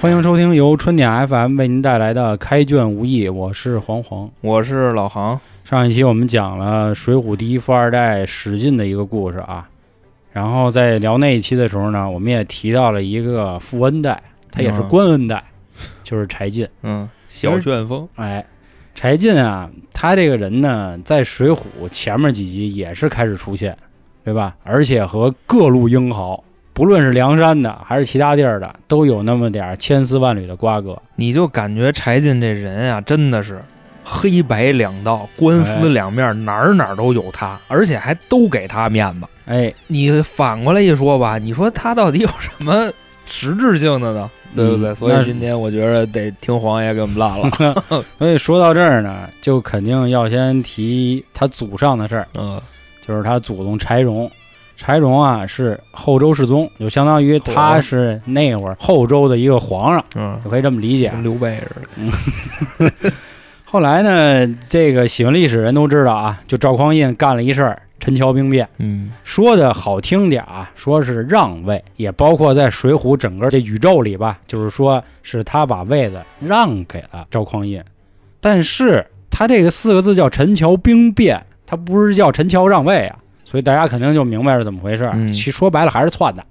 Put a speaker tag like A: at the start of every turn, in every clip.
A: 欢迎收听由春点 FM 为您带来的《开卷无益》，我是黄黄。
B: 我是老航，
A: 上一期我们讲了《水浒》第一富二代史进的一个故事啊，然后在聊那一期的时候呢，我们也提到了一个富恩代，他也是
B: 嗯
A: 官恩代，就是柴进。
B: 嗯，
A: 其实
B: 小旋风，
A: 哎，柴进啊，他这个人呢，在《水浒》前面几集也是开始出现，对吧？而且和各路英豪，不论是梁山的还是其他地儿的，都有那么点儿千丝万缕的瓜葛。
B: 你就感觉柴进这人啊，真的是黑白两道，官司两面，哪儿哪儿都有他，而且还都给他面子。
A: 哎，
B: 你反过来一说吧，你说他到底有什么实质性的呢？对不对？
A: 嗯
B: 所
A: 那
B: 以
A: 是
B: 今天我觉得得听黄爷给我们唠唠。
A: 所以说到这儿呢，就肯定要先提他祖上的事儿，
B: 嗯，
A: 就是他祖宗柴荣。柴荣啊，是后周世宗，就相当于他
B: 哦
A: 是那会儿后周的一个皇上，
B: 嗯
A: 就，可以这么理解啊。
B: 跟刘备似的。
A: 后来呢，这个喜欢历史人都知道啊，就赵匡胤干了一事儿——陈桥兵变。
B: 嗯，
A: 说的好听点啊，说是让位，也包括在《水浒》整个这宇宙里吧，就是说是他把位子让给了赵匡胤。但是他这个四个字叫陈桥兵变，他不是叫陈桥让位啊， 所以大家肯定就明白是怎么回事儿。
B: 嗯
A: 其说白了还是篡的。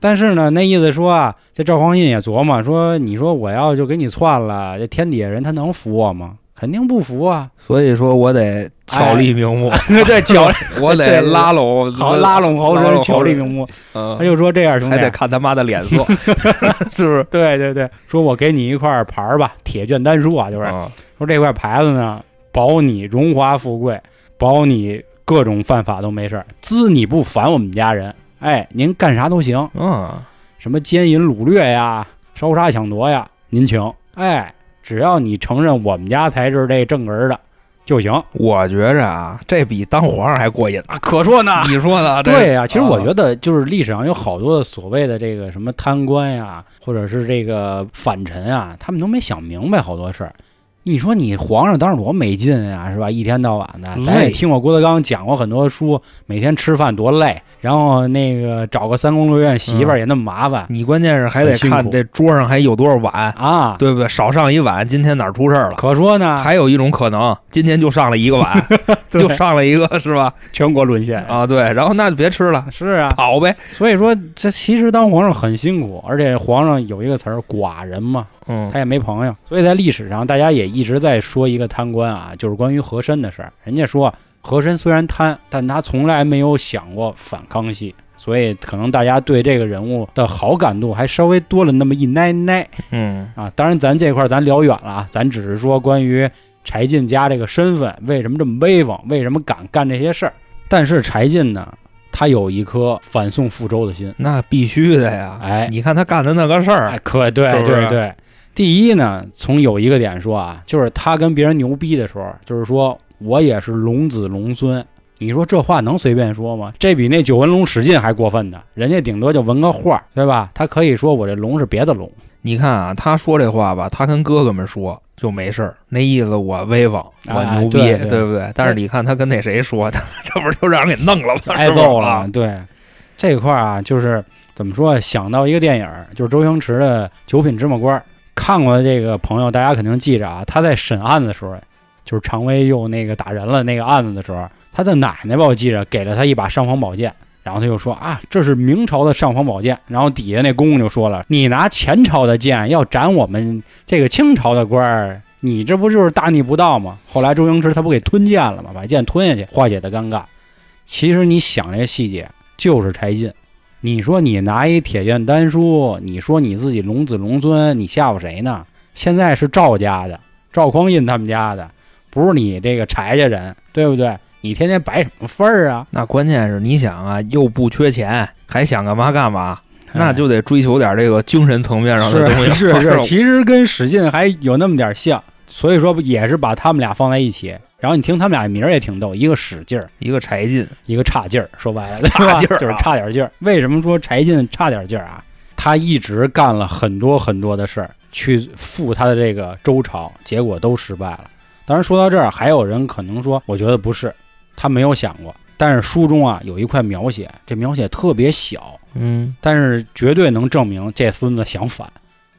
A: 但是呢，那意思说啊，这赵匡胤也琢磨说，你说我要就给你篡了，这天底下人他能服我吗？肯定不服啊！
B: 所以说我 得哎巧立名 目，
A: 对， 巧
B: 我
A: 对
B: 得拉拢，
A: 好拉拢豪
B: 拉
A: 绅，
B: 拢
A: 巧立
B: 豪
A: 名目。
B: 嗯
A: 他就说这样，兄弟啊
B: 还，得看他妈的脸色， 是不 是？
A: 对对对，说我给你一块牌儿吧，铁券丹书啊，就是、
B: 啊
A: 说这块牌子呢，保你荣华富贵，保你各种犯法都没事儿，滋你不烦我们家人，哎，您干啥都行，
B: 嗯，
A: 什么奸淫掳掠呀、烧杀抢夺呀，您请，哎，只要你承认我们家才是这正根儿的就行
B: 我觉着啊，这比当皇上还过瘾。
A: 啊，可说呢
B: 你说 呢？这
A: 对呀、其实我觉
B: 啊
A: 得就是历史上有好多的所谓的这个什么贪官呀，或者是这个反臣啊，他们都没想明白好多事儿。你说你皇上当时多没劲啊，是吧？一天到晚的，咱也
B: 累
A: 听过郭德纲讲过很多书，每天吃饭多累，然后那个找个三宫六院媳妇
B: 嗯
A: 儿也那么麻烦、
B: 你关键是还得
A: 很辛苦
B: 看这桌上还有多少碗，
A: 啊，
B: 嗯对不对？少上一碗，今天哪儿出事儿了？
A: 可说呢，
B: 还有一种可能，今天就上了一个 碗，
A: 对
B: 就上了一个，是吧？
A: 全国沦陷！
B: 啊，对，然后那就别吃了，
A: 是啊，
B: 跑呗。
A: 所以说这其实当皇上很辛苦，而且皇上有一个词儿“寡人”嘛，
B: 嗯
A: 他也没朋友，所以在历史上，大家也一直在说一个贪官啊，就是关于和珅的事儿。人家说和珅虽然贪，但他从来没有想过反康熙，所以可能大家对这个人物的好感度还稍微多了那么一奶奶
B: 嗯，
A: 啊。当然，咱这块儿咱聊远了啊，咱只是说关于柴进家这个身份，为什么这么威风，为什么敢干这些事儿。但是柴进呢，他有一颗反宋复周的心，
B: 那必须的呀。
A: 哎
B: 你看他干的那个事儿
A: 哎，，可对
B: 是不
A: 对
B: 是
A: 对。第一呢，从有一个点说啊，就是他跟别人牛逼的时候，就是说我也是龙子龙孙。你说这话能随便说吗？这比那九纹龙史进还过分呢。人家顶多就纹个画儿，对吧？他可以说我这龙是别的龙，
B: 你看啊，他说这话吧，他跟哥哥们说就没事儿，那意思我威风，我
A: 哎
B: 牛逼，
A: 对对
B: 不对？但是你看他跟那谁说，他这不是就让人给弄了吗？
A: 挨
B: 是不是
A: 揍
B: 啊
A: 了。对，这块儿啊，就是怎么说，啊想到一个电影儿，就是周星驰的《九品芝麻官》。看过这个朋友，大家肯定记着啊，他在审案子的时候，就是常威又那个打人了那个案子的时候，他的奶奶吧，我记着给了他一把尚方宝剑。然后他就说啊，这是明朝的尚方宝剑。然后底下那公公就说了，你拿前朝的剑要斩我们这个清朝的官儿，你这不就是大逆不道吗？后来周星驰他不给吞剑了吗？把剑吞下去，化解的尴尬。其实你想这细节，就是柴进。你说你拿一铁卷丹书，你说你自己龙子龙孙，你吓唬谁呢？现在是赵家的，赵匡胤他们家的，不是你这个柴家人，对不对？你天天摆什么份儿啊？
B: 那关键是你想啊，又不缺钱，还想干嘛干嘛，哎那就得追求点这个精神层面上的东西。
A: 哎是是是，
B: 吧
A: 其实跟史进还有那么点像，所以说也是把他们俩放在一起。然后你听他们俩名儿也挺逗，一个使劲儿，
B: 一个柴进，
A: 一个差劲儿，说白了，对吧
B: 差劲儿啊
A: 就是差点劲儿。为什么说柴进差点劲儿啊？他一直干了很多很多的事儿，去复他的这个周朝，结果都失败了。当然，说到这儿，还有人可能说，我觉得不是，他没有想过。但是书中啊有一块描写，这描写特别小，
B: 嗯，
A: 但是绝对能证明这孙子想反。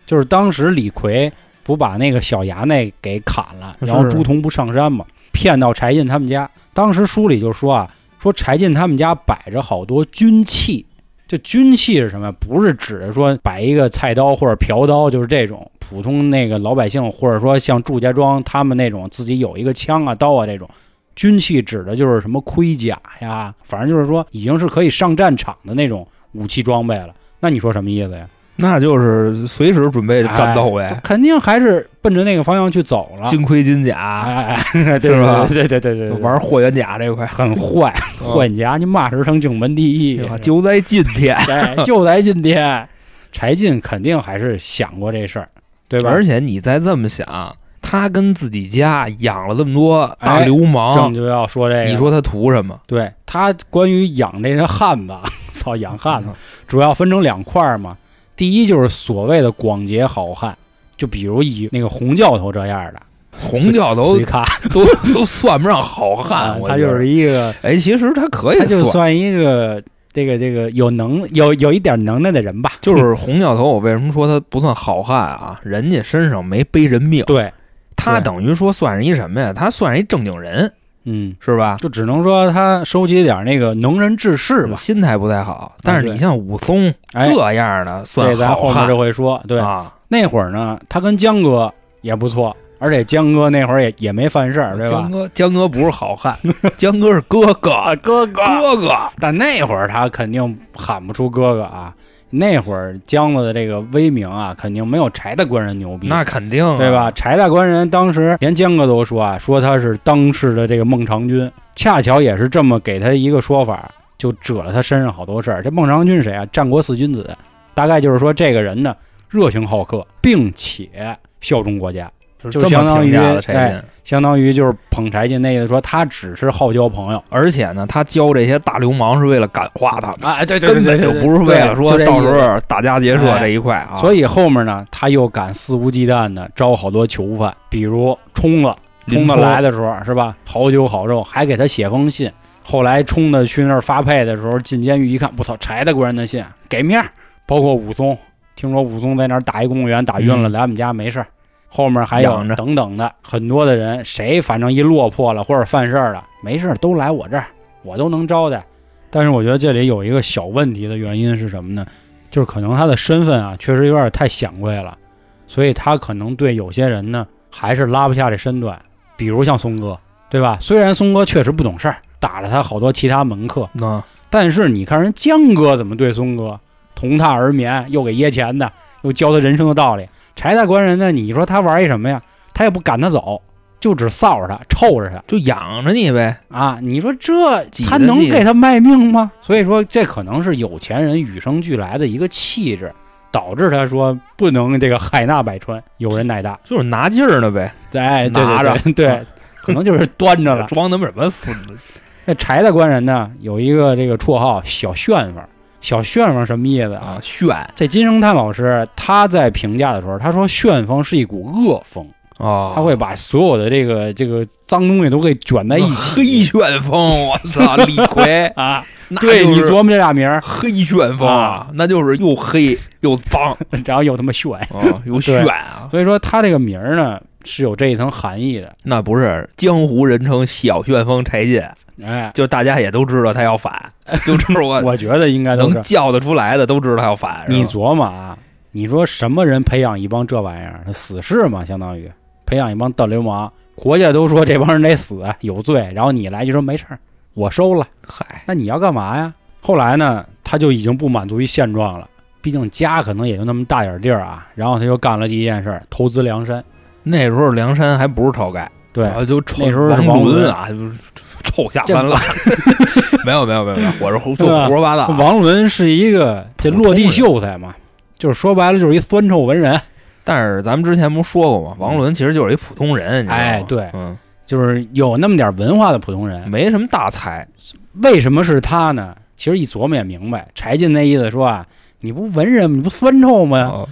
A: 就是当时李逵不把那个小衙内给砍了，
B: 是
A: 然后朱仝不上山嘛，骗到柴进他们家。当时书里就说啊，说柴进他们家摆着好多军器，这军器是什么？不是指着说摆一个菜刀或者朴刀，就是这种普通那个老百姓，或者说像祝家庄他们那种自己有一个枪啊、刀啊这种。军器指的就是什么盔甲呀，反正就是说已经是可以上战场的那种武器装备了。那你说什么意思呀？
B: 那就是随时准备战斗
A: 哎
B: 呗，
A: 肯定还是奔着那个方向去走了。
B: 金盔金甲，
A: 哎哎哎， 对
B: 是吧
A: 对对对对对，对
B: 玩霍元甲这块，
A: 很坏， 坏家，你骂声景门第一，
B: 啊就在今天。
A: 哎就在今天，柴进肯定还是想过这事儿，对吧？
B: 而且你再这么想，他跟自己家养了这么多大
A: 哎
B: 流
A: 正
B: 氓，
A: 就要说这个，
B: 你说他图什么？
A: 对他关于养这些汉子啊， 操养汉
B: 嗯
A: 子，主要分成两块儿嘛。第一就是所谓的广结好汉，就比如以那个洪教头这样的
B: 红教头
A: 随咖，
B: 都都算不上好
A: 啊
B: 汉，我
A: 他
B: 觉得
A: 就是一个
B: 哎，其实他可以
A: 他就算一个这个这个有能有有一点能耐的人吧。
B: 就是红教头，我为什么说他不算好汉啊？人家身上没背人 命，
A: 对，
B: 他等于说算是一什么呀？他算是一正经人，
A: 嗯，
B: 是吧？
A: 就只能说他收集点那个能人志士吧。哎
B: 心态不太好，但是
A: 对
B: 你像武松
A: 哎，
B: 嗯这样的算
A: 这咱
B: 好
A: 后面
B: 汉
A: 就会说。对，
B: 啊，
A: 那会儿呢，他跟江哥也不错，而且江哥那会儿也也没犯事儿，对
B: 江
A: 吧？
B: 哥，江哥不是好汉，江哥是哥 哥，
A: 啊，哥哥
B: 哥哥，
A: 但那会儿他肯定喊不出哥哥啊。那会儿江子的这个威名啊，肯定没有柴大官人牛逼。
B: 那肯定 啊
A: 对吧？？柴大官人当时连江哥都说啊，说他是当世的这个孟尝君，恰巧也是这么给他一个说法，就惹了他身上好多事儿。这孟尝君是谁啊？战国四君子，大概就是说这个人呢热情好客，并且效忠国家，
B: 就
A: 就
B: 这
A: 相
B: 么
A: 当于哎
B: 评价的柴进。
A: 相当于就是捧柴进那意思，说他只是好交朋友。
B: 而且呢，他教这些大流氓是为了感化他们，
A: 啊，对
B: 根本就不是为了说到时。候打家劫舍
A: 哎
B: 这一块啊。
A: 所以后面呢，他又敢肆无忌惮的招好多囚犯，比如冲子，冲
B: 林
A: 子
B: 冲
A: 来的时候是吧，好酒好肉，还给他写封信。后来冲子去那儿发配的时候，进监狱一看，我操，柴大官人的信，给面儿。包括武松，听说武松在那儿打一公务员打晕了，
B: 嗯
A: 来我们家没事儿。后面还有
B: 养着
A: 等等的很多的人，谁反正一落魄了或者犯事儿了，没事儿都来我这儿，我都能招待。但是我觉得这里有一个小问题的原因是什么呢？就是可能他的身份啊，确实有点太显贵了，所以他可能对有些人呢，还是拉不下这身段。比如像松哥，对吧？虽然松哥确实不懂事儿，打了他好多其他门客，
B: 那
A: 但是你看人江哥怎么对松哥，同榻而眠，又给掖钱的，又教他人生的道理。柴大官人呢，你说他玩一什么呀？他也不赶他走，就只臊着他，臭着他。
B: 就养着你呗，
A: 啊，你说这
B: 挤
A: 他
B: 得
A: 能
B: 你
A: 给他卖命吗？所以说，这可能是有钱人与生俱来的一个气质，导致他说不能这个海纳百川，有人乃大。
B: 就是拿劲儿呢呗，
A: 哎，对
B: 拿
A: 对对对，可能就是端着了。
B: 装他妈什么孙子？
A: 那柴大官人呢，有一个这个绰号“小旋风”。小旋风什么意思
B: 啊，？炫
A: 这金圣叹老师他在评价的时候，他说旋风是一股恶风，
B: 哦，
A: 他会把所有的这个这个脏东西都给卷 在一起。，
B: 黑旋风，我操，李逵
A: 啊，
B: 那
A: 对
B: 就
A: 你
B: 是
A: 琢磨这俩名儿，
B: 黑旋风
A: 啊，
B: 那就是又黑又 脏
A: 然后又他妈炫。
B: 啊，又炫啊，
A: 所以说他这个名儿呢是有这一层含义的。
B: 那不是江湖人称小旋风柴进，
A: 哎，
B: 就大家也都知道他要反， 就这我
A: 我觉得应该都
B: 呃能
A: 是。
B: 叫得出来的都知道他要反，
A: 你
B: 是吧
A: 琢磨啊，你说什么人培养一帮这玩意儿？他死士嘛，相当于培养一帮大流氓。国家都说这帮人得死，有罪，然后你来就说没事儿，我收了。
B: 嗨，
A: 那你要干嘛呀？后来呢，他就已经不满足于现状了，毕竟家可能也就那么大点儿地儿啊。然后他就干了第一件事儿，投资梁山。
B: 那时候梁山还不是晁盖，
A: 对，
B: 啊，就臭
A: 那时候是王
B: 王
A: 伦
B: 伦啊，就是臭下三滥， 没有没有没有没有，我是胡就
A: 对吧
B: 胡说八道啊。
A: 王伦是一个这落地秀才嘛，就是说白了就是一酸臭文人，
B: 但是咱们之前不是说过吗？王伦其实就是一普通人，你知道吗
A: 哎对
B: 嗯，
A: 就是有那么点文化的普通人。
B: 没什么大才，
A: 为什么是他呢？其实一琢磨也明白，柴进那意思说啊，你不文人吗，你不酸臭吗？
B: 哦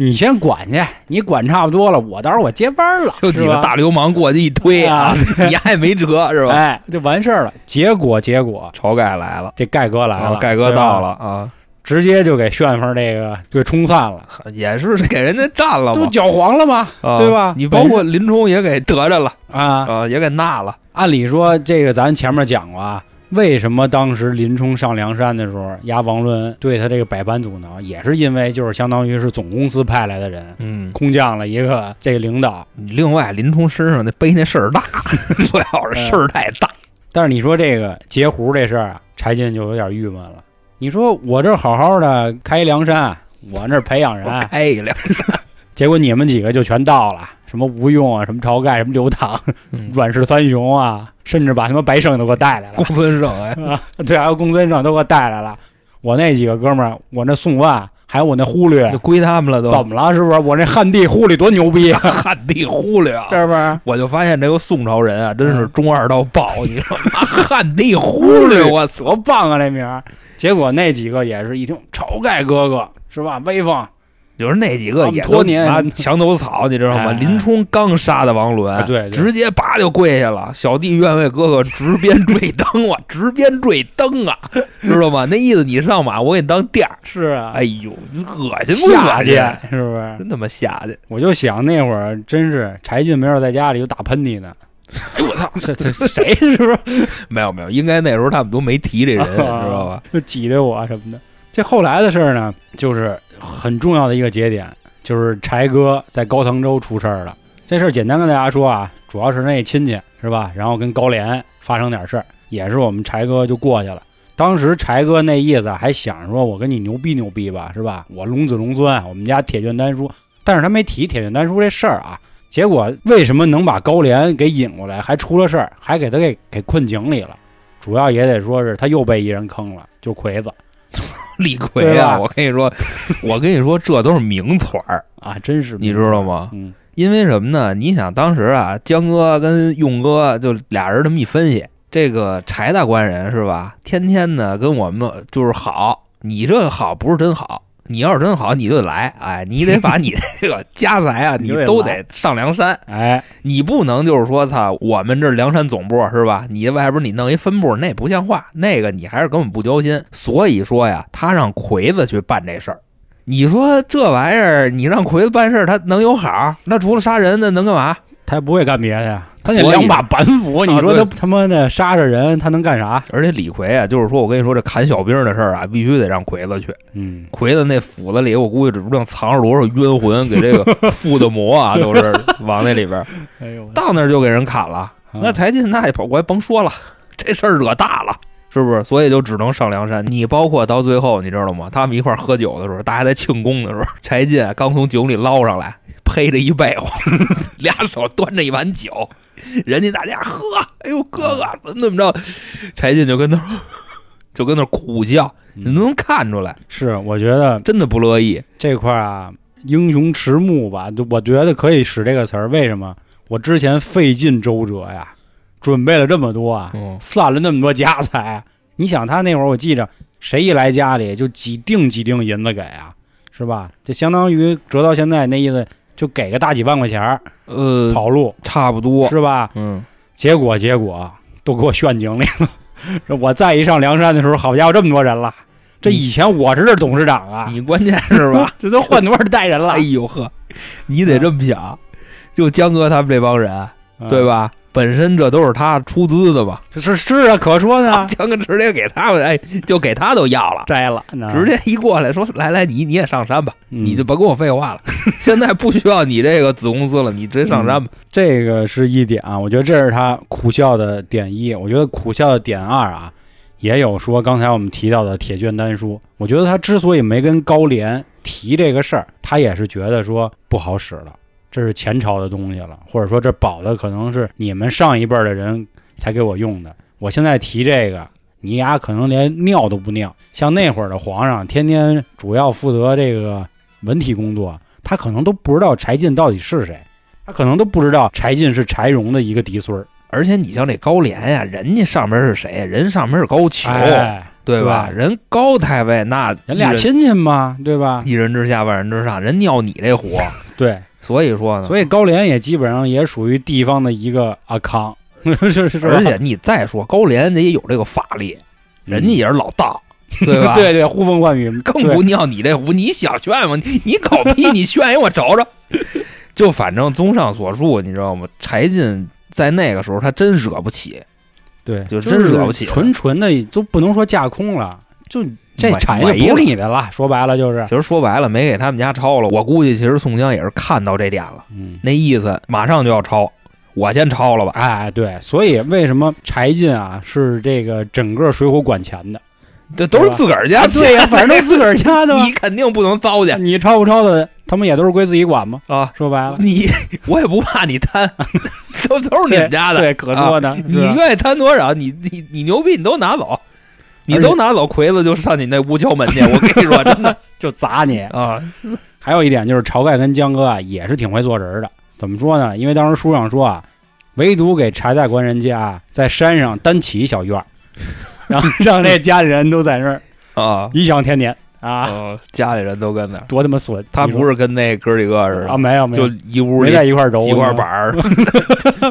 A: 你先管去，你管差不多了，我到时候我接班了，
B: 就几个
A: 是吧
B: 大流氓过去一推啊
A: 啊，
B: 你还没辙是吧？
A: 哎哎，就完事儿了。结果结果，
B: 晁盖来了，
A: 这盖哥来
B: 啊
A: 了，
B: 盖哥到了
A: 对吧，
B: 啊，
A: 直接就给旋风这个给冲散了，
B: 也是给人家占了
A: 都
B: 嘛，
A: 搅黄了嘛，
B: 啊
A: 对吧
B: 你包括林冲也给得着了，
A: 啊，
B: 啊，也给纳了，
A: 按理说这个咱前面讲过啊，为什么当时林冲上梁山的时候，押王伦对他这个百般阻挠，也是因为就是相当于是总公司派来的人。
B: 嗯。
A: 空降了一个这个领导，
B: 另外，林冲身上那背那事儿大，主要是事儿太大。
A: 但是你说这个截胡这事儿啊，柴进就有点郁闷了。你说我这好好的开梁山，我那儿培养人
B: 我，开一辆，
A: 结果你们几个就全到了，什么吴用啊，什么晁盖，什么刘唐，
B: 嗯
A: 阮氏三雄啊，甚至把他妈白胜都给我带来了
B: 公，分胜哎，
A: 啊，对，还有公孙胜都给我带来了。我那几个哥们儿，我那宋万，还有我那忽略
B: 就，归他们了
A: 怎
B: 都。
A: 么了？是不是？我那汉帝忽略多牛逼 啊，
B: 旱地忽略啊，
A: 是不是？
B: 我就发现这个宋朝人啊，真是中二到爆，你知道吗？旱地忽略我操，
A: 多棒啊，这名儿！结果那几个也是一听晁盖哥哥是吧？威风，
B: 就是那几个也
A: 他们
B: 都
A: 托您
B: 拿墙头草，你知道吗？
A: 哎
B: 林冲刚杀的王伦，
A: 哎对对
B: 直接叭就跪下了，小弟愿为哥哥执鞭坠灯啊， 执鞭坠灯 啊，知道吗？那意思你上马，我给你当垫儿。
A: 是啊，
B: 哎呦，你恶心不
A: 下
B: 恶
A: 去
B: 心？
A: 是不是？
B: 真他妈下去！
A: 我就想那会儿真是柴进没事儿在家里就打喷嚏呢，
B: 哎我操，
A: 这这谁是不是
B: 没有没有，应该那时候他们都没提这人，知
A: 啊
B: 道吧？
A: 就挤兑我啊什么的？这后来的事儿呢，就是很重要的一个节点，就是柴哥在高唐州出事儿了。这事儿简单跟大家说啊，主要是那亲戚是吧？然后跟高廉发生点事儿，也是我们柴哥就过去了。当时柴哥那意思还想说，我跟你牛逼牛逼吧，是吧？我龙子龙孙，我们家铁卷丹书，但是他没提铁卷丹书这事儿啊。结果为什么能把高廉给引过来，还出了事儿，还给他给给困井里了？主要也得说是他又被一人坑了，就魁子
B: 李逵
A: 对吧
B: 啊，我跟你说，我跟你说，这都是名词儿，
A: 啊，真是
B: 你知道吗？
A: 嗯
B: 因为什么呢？你想当时啊，江哥跟用哥就俩人这么一分析，这个柴大官人是吧？天天呢跟我们就是好，你这个好不是真好，你要是真好你就得来，哎，你得把你这个家财啊，
A: 你
B: 你
A: 就得
B: 都
A: 来
B: 得上梁山，
A: 哎，
B: 你不能就是说操，我们这梁山总部是吧？你外边你弄一分部，那不像话，那个你还是根本不交心。所以说呀，他让魁子去办这事儿。你说这玩意儿，你让魁子办事儿，他能有好？ 那除了杀人，那能干嘛？
A: 他也不会干别的呀，他那
B: 所以
A: 两把板斧，你说
B: 啊
A: 他
B: 对
A: 他妈的杀着人，他能干啥？
B: 而且李逵啊，就是说我跟你说，这砍小兵的事儿啊，必须得让魁子去。
A: 嗯，
B: 魁子那斧子里，我估计指不定藏着多少冤魂，给这个附的魔啊，都是往那里边儿。
A: 哎呦，
B: 到那儿就给人砍了。
A: 啊
B: 那柴进那也甭我也甭说了，这事儿惹大了，是不是？所以就只能上梁山。你包括到最后，你知道吗？他们一块儿喝酒的时候，大家在庆功的时候，柴进刚从井里捞上来，披着一被窝， 俩手端着一碗酒，人家大家喝，哎呦哥哥
A: 嗯
B: 怎么怎么着，柴进就跟那儿就跟那儿苦笑，你
A: 嗯
B: 都能看出来，
A: 是我觉得
B: 真的不乐意。
A: 这块儿啊，英雄迟暮吧，就我觉得可以使这个词儿。为什么？我之前费尽周折呀，准备了这么多啊，
B: 嗯，
A: 散了那么多家财。啊你想他那会儿，我记着谁一来家里就几锭几锭银子给啊，是吧？就相当于折到现在那意思，就给个大几万块钱儿
B: 呃，
A: 跑路，
B: 差不多，
A: 是吧？
B: 嗯，
A: 结果结果都给我炫井里了。 说我再一上梁山的时候，好家伙，这么多人了。
B: 嗯
A: 这以前我是这董事长啊，
B: 你关键是吧？
A: 这都换多少代人了
B: 嗯 哎，呦呵，你得这么想，就江哥他们这帮人，
A: 嗯
B: 对吧？本身这都是他出资的嘛，
A: 这是是啊，可说呢，
B: 江哥直接给他们，哎，就给他都要了。
A: 摘了，那
B: 直接一过来说，来来，你你也上山吧，
A: 啊嗯
B: 你就甭跟我 废话了。现在不需要你这个子公司了，你直接上山吧。
A: 这个是一点啊，我觉得这是他苦笑的点一。我觉得苦笑的点二啊，也有说刚才我们提到的铁卷丹书。我觉得他之所以没跟高廉提这个事儿，他也是觉得说不好使了，这是前朝的东西了，或者说这保的可能是你们上一辈儿的人才给我用的，我现在提这个。你丫可能连尿都不尿，像那会儿的皇上，天天主要负责这个文体工作，他可能都不知道柴进到底是谁。他可能都不知道柴进是柴荣的一个嫡孙儿，
B: 而且你像这高廉呀，人家上边是谁？人上边是高俅，
A: 哎，
B: 对吧？
A: 对
B: 人高太尉那
A: 人俩
B: 一
A: 亲戚嘛，对吧？
B: 一人之下万人之上，人尿你 这壶，
A: 对，
B: 所以说呢，
A: 所以高廉也基本上也属于地方的一个阿康， 是是是吧，
B: 而且你再说高廉人家也有这个法力，人家也是老道，对
A: 嗯
B: 吧？
A: 对对，呼风唤雨，
B: 更
A: 对
B: 不尿你这壶，你想炫吗？你你狗屁，你炫一我瞅 瞅。就反正综上所述，你知道吗？柴进在那个时候他真惹不起，
A: 对，
B: 就是真惹不起了
A: 纯纯的都不能说架空了，就这
B: 买
A: 产业
B: 买
A: 就不
B: 了
A: 是你的了。说白了就是
B: 其，实说白了没给他们家抄了。我估计其实宋江也是看到这点了，
A: 嗯，
B: 那意思马上就要抄，我先抄了吧。
A: 哎，对，所以为什么柴进啊是这个整个水浒管钱的？
B: 这都是自个儿家
A: 啊，对
B: 钱，
A: 呀、反正都自个儿家 的嘛。
B: 你肯定不能糟践
A: 你抄不抄的，他们也都是归自己管嘛。
B: 啊！
A: 说白了，
B: 你我也不怕你贪，啊 都都是你们家的，
A: 对，可多呢。
B: 你
A: 是吧
B: 愿意贪多少，你你你牛逼，你都拿走，你
A: 而且
B: 都拿走，魁子就上你那屋敲门去。我跟你说，真 的
A: 就砸你。
B: 啊，
A: 还有一点就是晁盖跟江哥啊，也是挺会做人儿的。怎么说呢？因为当时书上说啊，唯独给柴大官人家啊在山上单起一小院儿，然 后让这家里人都在那儿
B: 啊
A: 颐享天年啊，
B: 啊，家里人都跟那儿，
A: 多他妈损！
B: 他不
A: 是
B: 是跟那哥几个似
A: 啊，
B: 的，
A: 没有没
B: 就
A: 有，
B: 一屋
A: 没
B: 里
A: 在一块儿揉
B: 几块板，儿，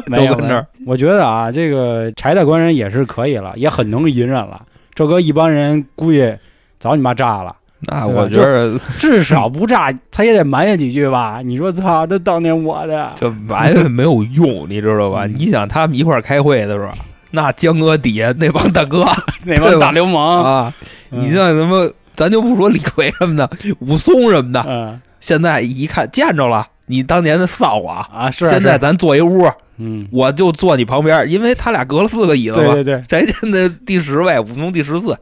A: 没有
B: 都跟这儿。
A: 没有我觉得啊，这个柴大官人也是可以了，也很能隐忍了。这搁一般人估计早你妈炸了，
B: 那
A: 对吧
B: 我觉得
A: 至少不炸他也得埋怨几句 吧？你说操，这当年我 的，
B: 这完全没有用，你知道吧？
A: 嗯
B: 你想他们一块儿开会的时候，那江哥底下那帮大哥
A: 哪帮大流氓？
B: 啊，
A: 啊嗯
B: 你像什么，咱就不说李逵什么的，武松什么的，
A: 嗯
B: 现在一看见着了，你当年的臊我啊！
A: 啊，是啊
B: 现在
A: 是啊
B: 咱坐一屋，
A: 嗯，
B: 我就坐你旁边，因为他俩隔了四个椅子
A: 对
B: 嘛。
A: 对对，
B: 翟进的第十位，武松第十四。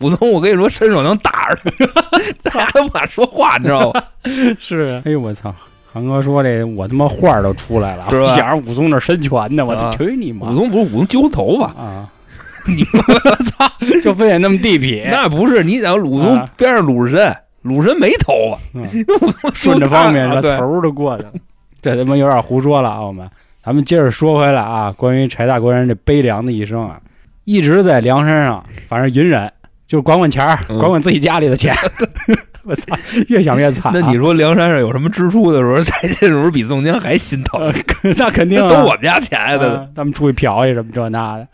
B: 武松，我跟你说，伸手能打着他，他还不敢说话，你知 道吗？
A: 是。哎呦我操！韩哥说这我他妈话儿都出来了，
B: 是吧
A: 想着武松那儿伸拳呢，我
B: 啊
A: 操，去你
B: 武
A: 妈！
B: 松不是武松揪头发，
A: 啊，
B: 你
A: 操， 就非得那么地痞，
B: 那不是你想武松
A: 啊
B: 边上鲁智深，鲁智深没头发，
A: 嗯
B: 那武松
A: 顺着方便
B: 了，
A: 这
B: 啊对
A: 头儿都过去了。 这他妈有点胡说了啊！我们咱们接着说回来啊，关于柴大官人这悲凉的一生啊，一直在梁山上，反正隐忍，就是管管钱儿，
B: 嗯
A: 管管自己家里的钱。 我操，越想越惨啊、
B: 那你说梁山上有什么支出的时候， 翟进是不是比宋江还心疼？
A: 你那呃肯定
B: 那
A: 啊
B: 都我们家钱呀，对吧
A: 啊他们出去嫖去什么这那的。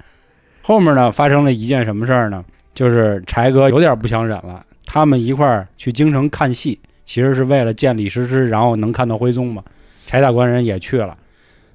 A: 后面呢，发生了一件什么事儿呢？就是柴哥有点不想忍了，他们一块儿去京城看戏，其实是为了见李师师，然后能看到徽宗嘛。柴大官人也去了。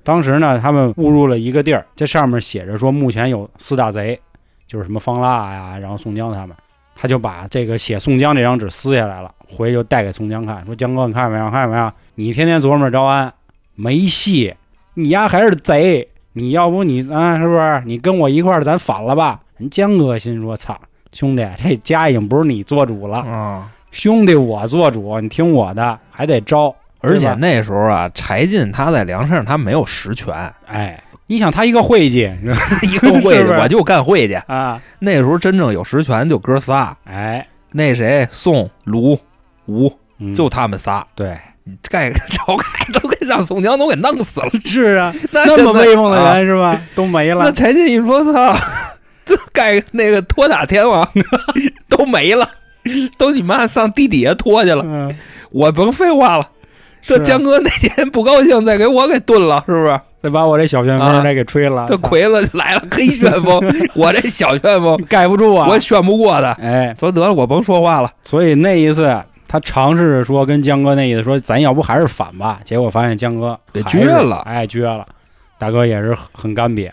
A: 当时呢，他们误入了一个地儿，这上面写着说目前有四大贼，就是什么方腊呀，然后宋江他们。他就把这个写宋江这张纸撕下来了，回去就带给宋江看，说：“江哥，你看见没有？看见没有？你天天琢磨着招安，没戏，你丫还是贼。你要不你啊，是不是？你跟我一块儿，咱反了吧？”人江哥心说：“操，兄弟，这家已经不是你做主了，
B: 啊！
A: 兄弟我做主，你听我的，还得招。
B: 而
A: 对
B: 且
A: 吧
B: 那时候啊，柴进他在梁山上他没有实权，
A: 哎，你想他一个会计，你知道吗
B: 一个会
A: 是
B: 计
A: 不是
B: 我就干会计。
A: 啊？
B: 那时候真正有实权就哥仨，
A: 哎，
B: 那谁宋、卢、吴，
A: 嗯
B: 就他们仨。
A: 对，
B: 盖 晁盖都给让宋江都给弄 死了，
A: 是啊，
B: 那
A: 那么
B: 现在
A: 威风的
B: 啊
A: 人是吧？都没
B: 那
A: 了。
B: 柴进一说，操， 这盖那个托塔天王 都没了，都你妈上地底下拖去了。
A: 嗯，
B: 我甭废话了，这
A: 是啊
B: 江哥那天不高兴，再给我给炖了，是不是？
A: 再把我这小旋
B: 啊
A: 风再给吹了，
B: 这
A: 操
B: 魁子来了，黑旋风， 我这小旋风，
A: 盖不住啊！
B: 我旋不过他。
A: 哎，
B: 说得了，我甭说话了。
A: 所以那一次他尝试着说跟江哥那意思说，咱要不还是反吧？结果发现江哥
B: 给
A: 还是
B: 撅了
A: 哎，撅了。大哥也是很很干瘪。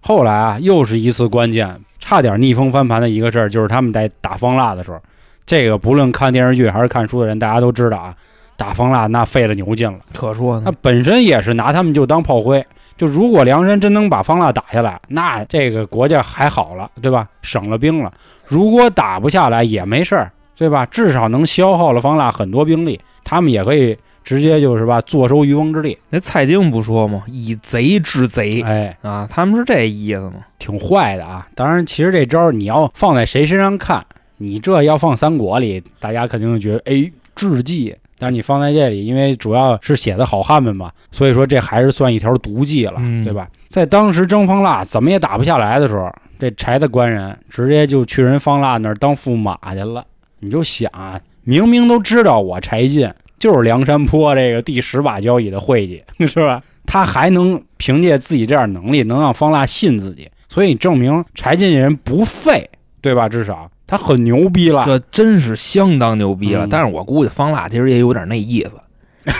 A: 后来啊，又是一次关键，差点逆风翻盘的一个事儿，就是他们在打方腊的时候，这个不论看电视剧还是看书的人，大家都知道啊，打方腊那费了牛劲了。
B: 可说
A: 那，本身也是拿他们就当炮灰。就如果梁山真能把方腊打下来，那这个国家还好了，对吧？省了兵了。如果打不下来也没事儿，对吧？至少能消耗了方腊很多兵力，他们也可以直接就是吧坐收渔翁之利。
B: 那蔡京不说吗？以贼制贼
A: 哎，
B: 啊，他们是这意思吗？
A: 挺坏的啊！当然，其实这招儿你要放在谁身上看，你这要放三国里，大家肯定就觉得哎智计。但是你放在这里，因为主要是写的好汉们嘛，所以说这还是算一条毒计了，
B: 嗯
A: 对吧？在当时征方腊怎么也打不下来的时候，这柴的官人直接就去人方腊那儿当驸马去了。你就想啊，明明都知道我柴进就是梁山泊这个第十把交椅的会计， 是吧？他还能凭借自己这点能力，能让方腊信自己，所以证明柴进这人不废，对吧？至少他很牛逼了，
B: 这真是相当牛逼了。
A: 啊嗯
B: 但是我估计方腊其实也有点那意思，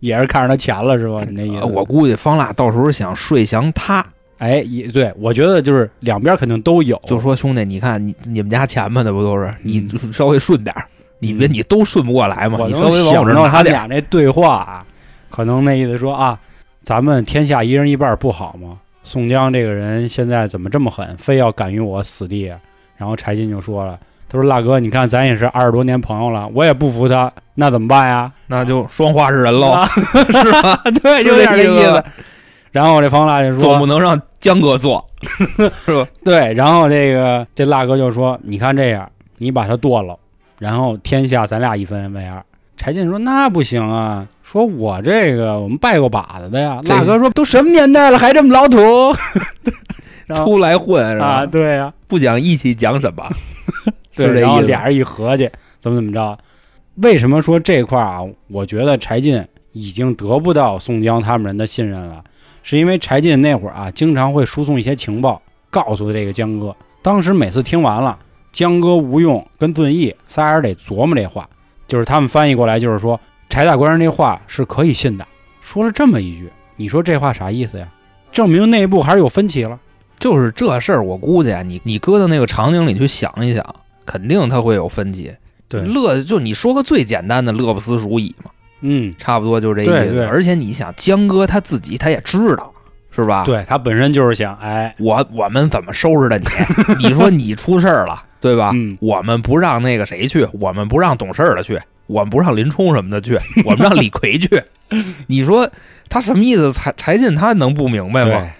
A: 也是看上他钱了是吧？你那意思？
B: 呃我估计方腊到时候想睡降他，
A: 哎，也对，我觉得就是两边肯定都有，
B: 就说兄弟，你看你你们家钱嘛，那不都是你
A: 嗯
B: 稍微顺点儿，你别
A: 嗯
B: 你都顺不过来嘛，
A: 我
B: 你
A: 能
B: 稍微往
A: 想
B: 我这
A: 到
B: 拿
A: 他
B: 点儿。
A: 俩那对话啊，可能那意思说啊，咱们天下一人一半儿不好吗？宋江这个人现在怎么这么狠，非要敢与我死地啊？然后柴进就说了，他说：“大哥，你看咱也是二十多年朋友了，我也不服他，那怎么办呀？”
B: 那就双花是人喽，
A: 啊
B: 是吧？
A: 对，
B: 是
A: 有点
B: 这
A: 这
B: 意
A: 意
B: 思
A: 思。然后这方腊就
B: 总
A: 说
B: 不能让江哥做，是吧？：“
A: 对。”然后这个这腊哥就说：“你看这样，你把他剁了，然后天下咱俩一分为二。”柴进说：“那不行啊，说我这个我们拜过把子的呀。”
B: 这
A: 腊哥说：“都什么年代了，还这么老土然后
B: 出来混是
A: 啊？
B: 吧？
A: 对呀、
B: 不讲义气讲什 么？
A: 对
B: 是这
A: 然后
B: 意思
A: 俩人一合计，怎么怎么着？为什么说这块儿啊？我觉得柴进已经得不到宋江他们人的信任了，是因为柴进那会儿啊，经常会输送一些情报，告诉这个江哥。当时每次听完了，江哥、吴用跟遵义仨人得琢磨这话，就是他们翻译过来就是说，柴大官人这话是可以信的。说了这么一句，你说这话啥意思呀？证明内部还是有分歧了。
B: 就是这事儿，我估计啊，你你搁到那个场景里去想一想，肯定他会有分歧。乐就你说个最简单的，乐不思蜀矣嘛，
A: 嗯，
B: 差不多就是这意思。
A: 对对
B: 而且你想，江哥他自己他也知道，是吧？
A: 对他本身就是想，哎，
B: 我我们怎么收拾的你？啊 你说你出事儿了，对吧？
A: 嗯
B: 我们不让那个谁去，我们不让懂事儿的去，我们不让林冲什么的去，我们让李逵去。 你说他什么意思？柴柴进他能不明白吗？
A: 对，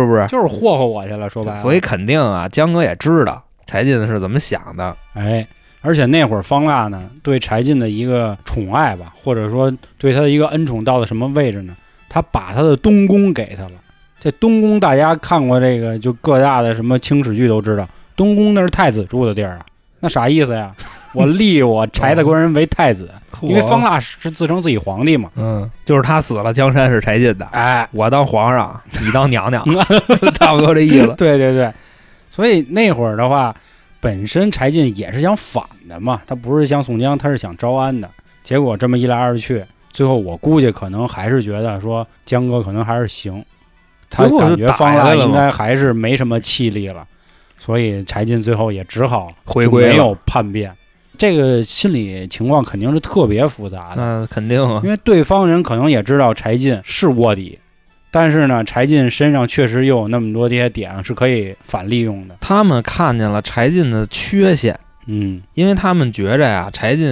B: 是不是？
A: 就是霍霍我去了，说白了。
B: 所以肯定啊，江哥也知道柴进是怎么想的。
A: 哎，而且那会儿方腊呢，对柴进的一个宠爱吧，或者说对他的一个恩宠到了什么位置呢？他把他的东宫给他了。这东宫大家看过这个，就各大的什么清史剧都知道，东宫那是太子住的地儿啊。那啥意思 呀？我立我柴
B: 嗯
A: 大官人为太子，因为方腊是自称自己皇帝嘛。
B: 嗯，就是他死了，江山是柴进的，
A: 哎，
B: 我当皇上，你当 娘娘，差不多这意思。
A: 对对对，所以那会儿的话，本身柴进也是想反的嘛，他不是像宋江，他是想招安的。结果这么一来二去，最后我估计可能还是觉得说江哥可能还是行，他
B: 最后就
A: 感觉
B: 打
A: 方
B: 下
A: 腊
B: 来了
A: 应
B: 嘛
A: 该还是没什么气力了，所以柴进最后也只好
B: 回
A: 就
B: 归
A: 没
B: 了
A: 有叛变。这个心理情况肯定是特别复杂的，
B: 那肯定啊，
A: 因为对方人可能也知道柴进是卧底，但是呢，柴进身上确实又有那么多这些点是可以反利用的。
B: 他们看见了柴进的缺陷。
A: 嗯，
B: 因为他们觉着呀、柴进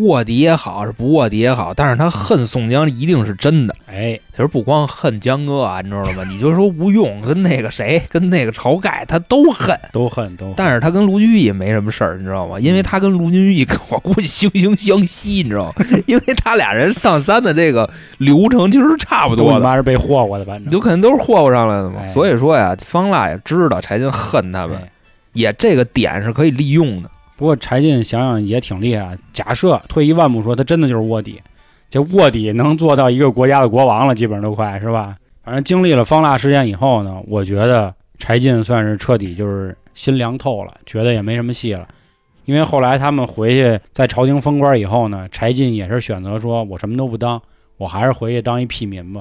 B: 卧底也好，是不卧底也好，但是他恨宋江一定是真的。
A: 哎，
B: 其实不光恨江哥啊，你知道吗？你就说吴用跟那个谁，跟那个晁盖，他都恨，
A: 都恨都恨。
B: 但是他跟卢俊义也没什么事儿，你知道吗？因为他跟卢俊义，我估计惺惺相惜，你知道吗？ 因为他俩人上山的这个流程其实是差不
A: 都
B: 多
A: 你
B: 的，
A: 妈是被霍霍的，反
B: 你
A: 正
B: 就可能都是霍霍上来的嘛。
A: 哎
B: 所以说呀，方腊也知道柴进恨他们，
A: 哎
B: 也这个点是可以利用的。
A: 不过柴进想想也挺厉害。啊假设退一万步说，他真的就是卧底，这卧底能做到一个国家的国王了，基本上都快是吧？反正经历了方腊事件以后呢，我觉得柴进算是彻底就是心凉透了，觉得也没什么戏了。因为后来他们回去在朝廷封官以后呢，柴进也是选择说我什么都不当，我还是回去当一屁民吧。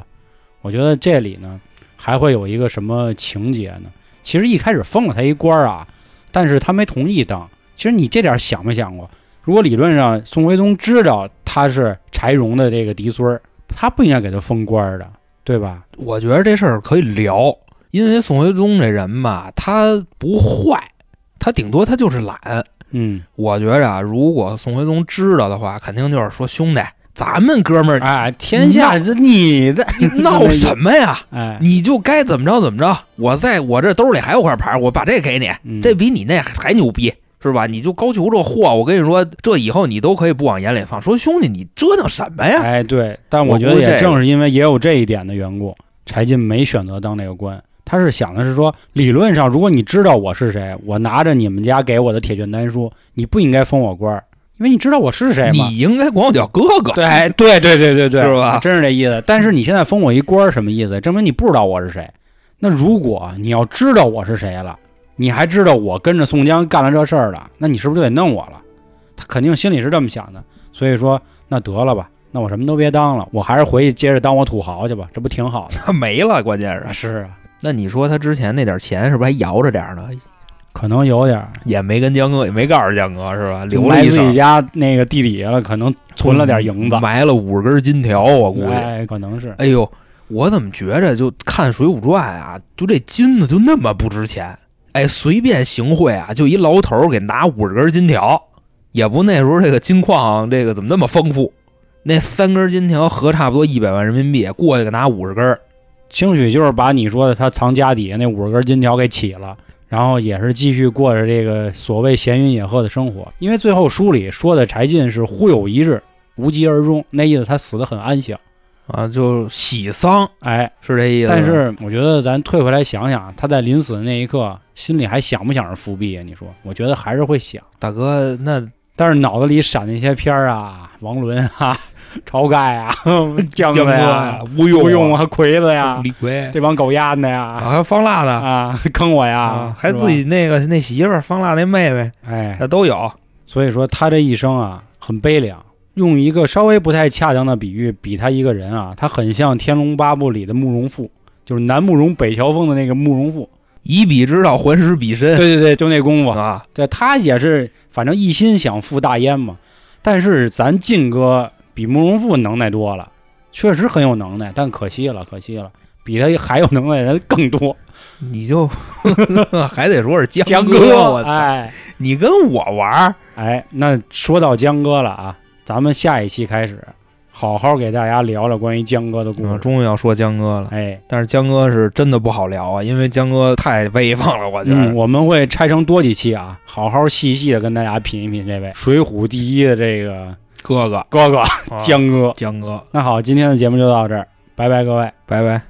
A: 我觉得这里呢还会有一个什么情节呢？其实一开始封了他一官儿啊，但是他没同意当。其实你这点想没想过？如果理论上宋徽宗知道他是柴荣的这个嫡孙儿，他不应该给他封官儿的，对吧？
B: 我觉得这事儿可以聊，因为宋徽宗这人吧，他不坏，他顶多他就是懒。
A: 嗯，
B: 我觉着啊，如果宋徽宗知道的话，肯定就是说兄弟，咱们哥们儿，
A: 哎，天下
B: 闹
A: 是你的，
B: 你闹什么呀？
A: 哎，
B: 你就该怎么着怎么着。我在我这兜里还有块牌，我把这给你，
A: 嗯
B: 这比你那还牛逼，是吧？你就高俅这货，我跟你说，这以后你都可以不往眼里放。说兄弟，你折腾什么呀？
A: 哎对，但
B: 我
A: 我觉得
B: 估计
A: 也
B: 这
A: 正是因为也有这一点的缘故，柴进没选择当这个官。他是想的是说，理论上，如果你知道我是谁，我拿着你们家给我的铁券丹书，你不应该封我官儿，因为你知道我是谁嘛。
B: 你应该管我叫哥哥。
A: 对哎对对对对对，啊
B: 是吧
A: 真是这意思。但是你现在封我一官儿什么意思？证明你不知道我是谁。那如果你要知道我是谁了，你还知道我跟着宋江干了这事儿了，那你是不是就得弄我了？他肯定心里是这么想的，所以说那得了吧，那我什么都别当了，我还是回去接着当我土豪去吧，这不挺好的？
B: 他 没了，关键是。
A: 是啊，
B: 那你说他之前那点钱是不是还摇着点儿呢？
A: 可能有点儿
B: 也没跟江哥，也没告诉江哥是吧？留了
A: 埋
B: 一
A: 自己
B: 手，嗯
A: 家那个地底下了，可能存了点银子，
B: 埋了五十根金条，我估计。
A: 哎，可能是
B: 哎呦，我怎么觉着就看《水浒传》啊，就这金子就那么不值钱？哎，随便行贿啊，就一牢头儿给拿五十根金条，也不那时候这个金矿这个怎么那么丰富？那三根金条合差不多一百万人民币，过去给拿五十根儿，
A: 兴许就是把你说的他藏家底下那五十根金条给起了，然后也是继续过着这个所谓闲云野鹤的生活。因为最后书里说的柴进是忽有一日无疾而终，那意思他死得很安详。
B: 啊，就喜丧
A: 哎，
B: 是这意思吧。
A: 但是我觉得咱退回来想想，他在临死的那一刻，心里还想不想着伏笔啊？你说，我觉得还是会想，
B: 大哥，那
A: 但是脑子里闪那些片儿啊，王伦啊， 晁盖 啊，姜子
B: 江哥
A: 呀
B: 呀，吴用
A: 吴用啊，魁子 呀，
B: 李逵
A: 这帮狗丫的 呀，
B: 啊，还有方腊呢
A: 啊，坑我呀，
B: 还
A: 是吧
B: 自己那个那媳妇儿方腊那妹妹，
A: 哎，
B: 那都有。
A: 所以说他这一生啊很悲凉。用一个稍微不太恰当的比喻比他一个人啊，他很像《天龙八部》里的慕容复，就是南慕容北乔峰的那个慕容复。
B: 以彼之道还施彼身
A: 对对对，就那功夫，
B: 啊，
A: 对他也是，反正一心想赴大燕嘛。但是咱晋哥比慕容复能耐多了，确实很有能耐，但可惜了，可惜了，比他还有能耐的人更多。
B: 你就 还得说是江
A: 江
B: 哥，我操！
A: 哎
B: 你跟我玩儿，
A: 哎，那说到江哥了啊，咱们下一期开始好好给大家聊聊关于江哥的故
B: 嗯，
A: 事。
B: 终于要说江哥了。
A: 哎，
B: 但是江哥是真的不好聊啊，因为江哥太威风了，我觉
A: 嗯，
B: 得。
A: 我们会拆成多几期啊，好好细细的跟大家品一品这位《水浒》第一的这个
B: 哥哥
A: 哥哥
B: 啊
A: 江哥。
B: 江哥，
A: 那好，今天的节目就到这儿，拜拜各位。
B: 拜拜。